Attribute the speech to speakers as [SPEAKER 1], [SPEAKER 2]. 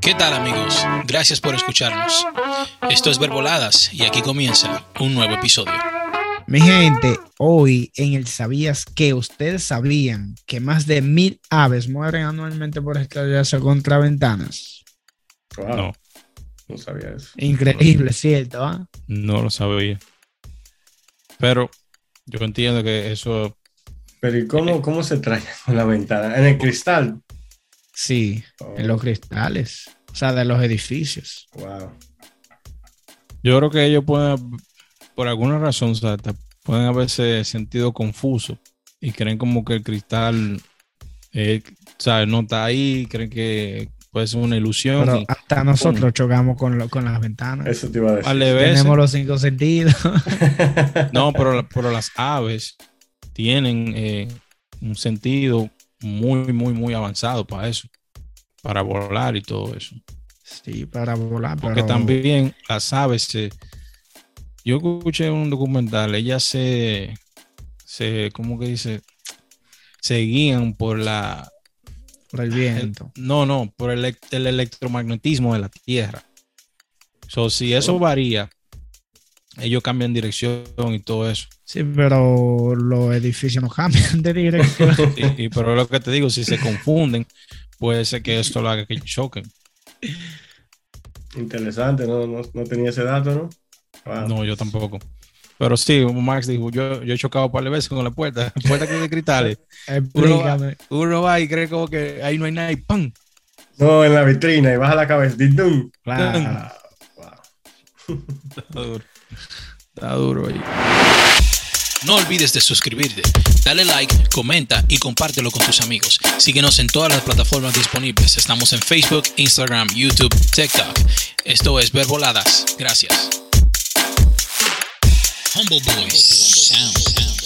[SPEAKER 1] ¿Qué tal amigos? Gracias por escucharnos. Esto es Verboladas y aquí comienza un nuevo episodio.
[SPEAKER 2] Mi gente, hoy en el Sabías que ustedes sabían que más de mil aves mueren anualmente por estrellarse contra ventanas.
[SPEAKER 3] Wow. No. No sabía eso.
[SPEAKER 2] Increíble, ¿cierto? ah?
[SPEAKER 4] No lo sabía. Pero yo entiendo que eso.
[SPEAKER 3] Pero ¿y cómo, cómo se trae con la ventana? En el cristal. Oh,
[SPEAKER 2] Sí, en los cristales, o sea, de los edificios.
[SPEAKER 3] Wow.
[SPEAKER 4] Yo creo que ellos pueden, por alguna razón, o sea, te- pueden haberse sentido confusos y creen como que el cristal, eh, ¿sabes? No está ahí, creen que puede ser una ilusión.
[SPEAKER 2] Pero
[SPEAKER 4] y-
[SPEAKER 2] hasta nosotros chocamos con, lo- con las ventanas.
[SPEAKER 3] Eso te iba a decir.
[SPEAKER 4] Vale, veces.
[SPEAKER 2] Tenemos los cinco sentidos.
[SPEAKER 4] No, pero, la- pero las aves tienen eh, un sentido muy, muy, muy avanzado para eso, para volar y todo eso.
[SPEAKER 2] Sí, para volar.
[SPEAKER 4] Porque
[SPEAKER 2] pero-
[SPEAKER 4] también las aves, se- eh, yo escuché un documental, ellas se, se, ¿cómo que dice? Se guían por la,
[SPEAKER 2] Por el viento.
[SPEAKER 4] no, no, por el, elec- el electromagnetismo de la Tierra. So, si eso varía, ellos cambian dirección y todo eso.
[SPEAKER 2] Sí, pero los edificios no cambian de dirección.
[SPEAKER 4] Y, y- pero lo que te digo, si se confunden, puede ser que esto lo haga que choquen.
[SPEAKER 3] Interesante, no, no, no tenía ese dato, ¿no? Wow.
[SPEAKER 4] No, yo tampoco. Pero sí, Max dijo, yo, yo he chocado un par de veces con la puerta, puerta que es de cristales.
[SPEAKER 2] Explícame.
[SPEAKER 4] Uno va y cree como que ahí no hay nada y ¡pam!
[SPEAKER 3] No, en la vitrina y baja la cabeza. ¡Din, dun!
[SPEAKER 2] Claro.
[SPEAKER 3] Wow.
[SPEAKER 4] Está duro. Está duro ahí.
[SPEAKER 1] No olvides de suscribirte, dale like, comenta y compártelo con tus amigos. Síguenos en todas las plataformas disponibles. Estamos en Facebook, Instagram, YouTube, TikTok. Esto es Verboladas. Gracias. Humble Boys. Sound.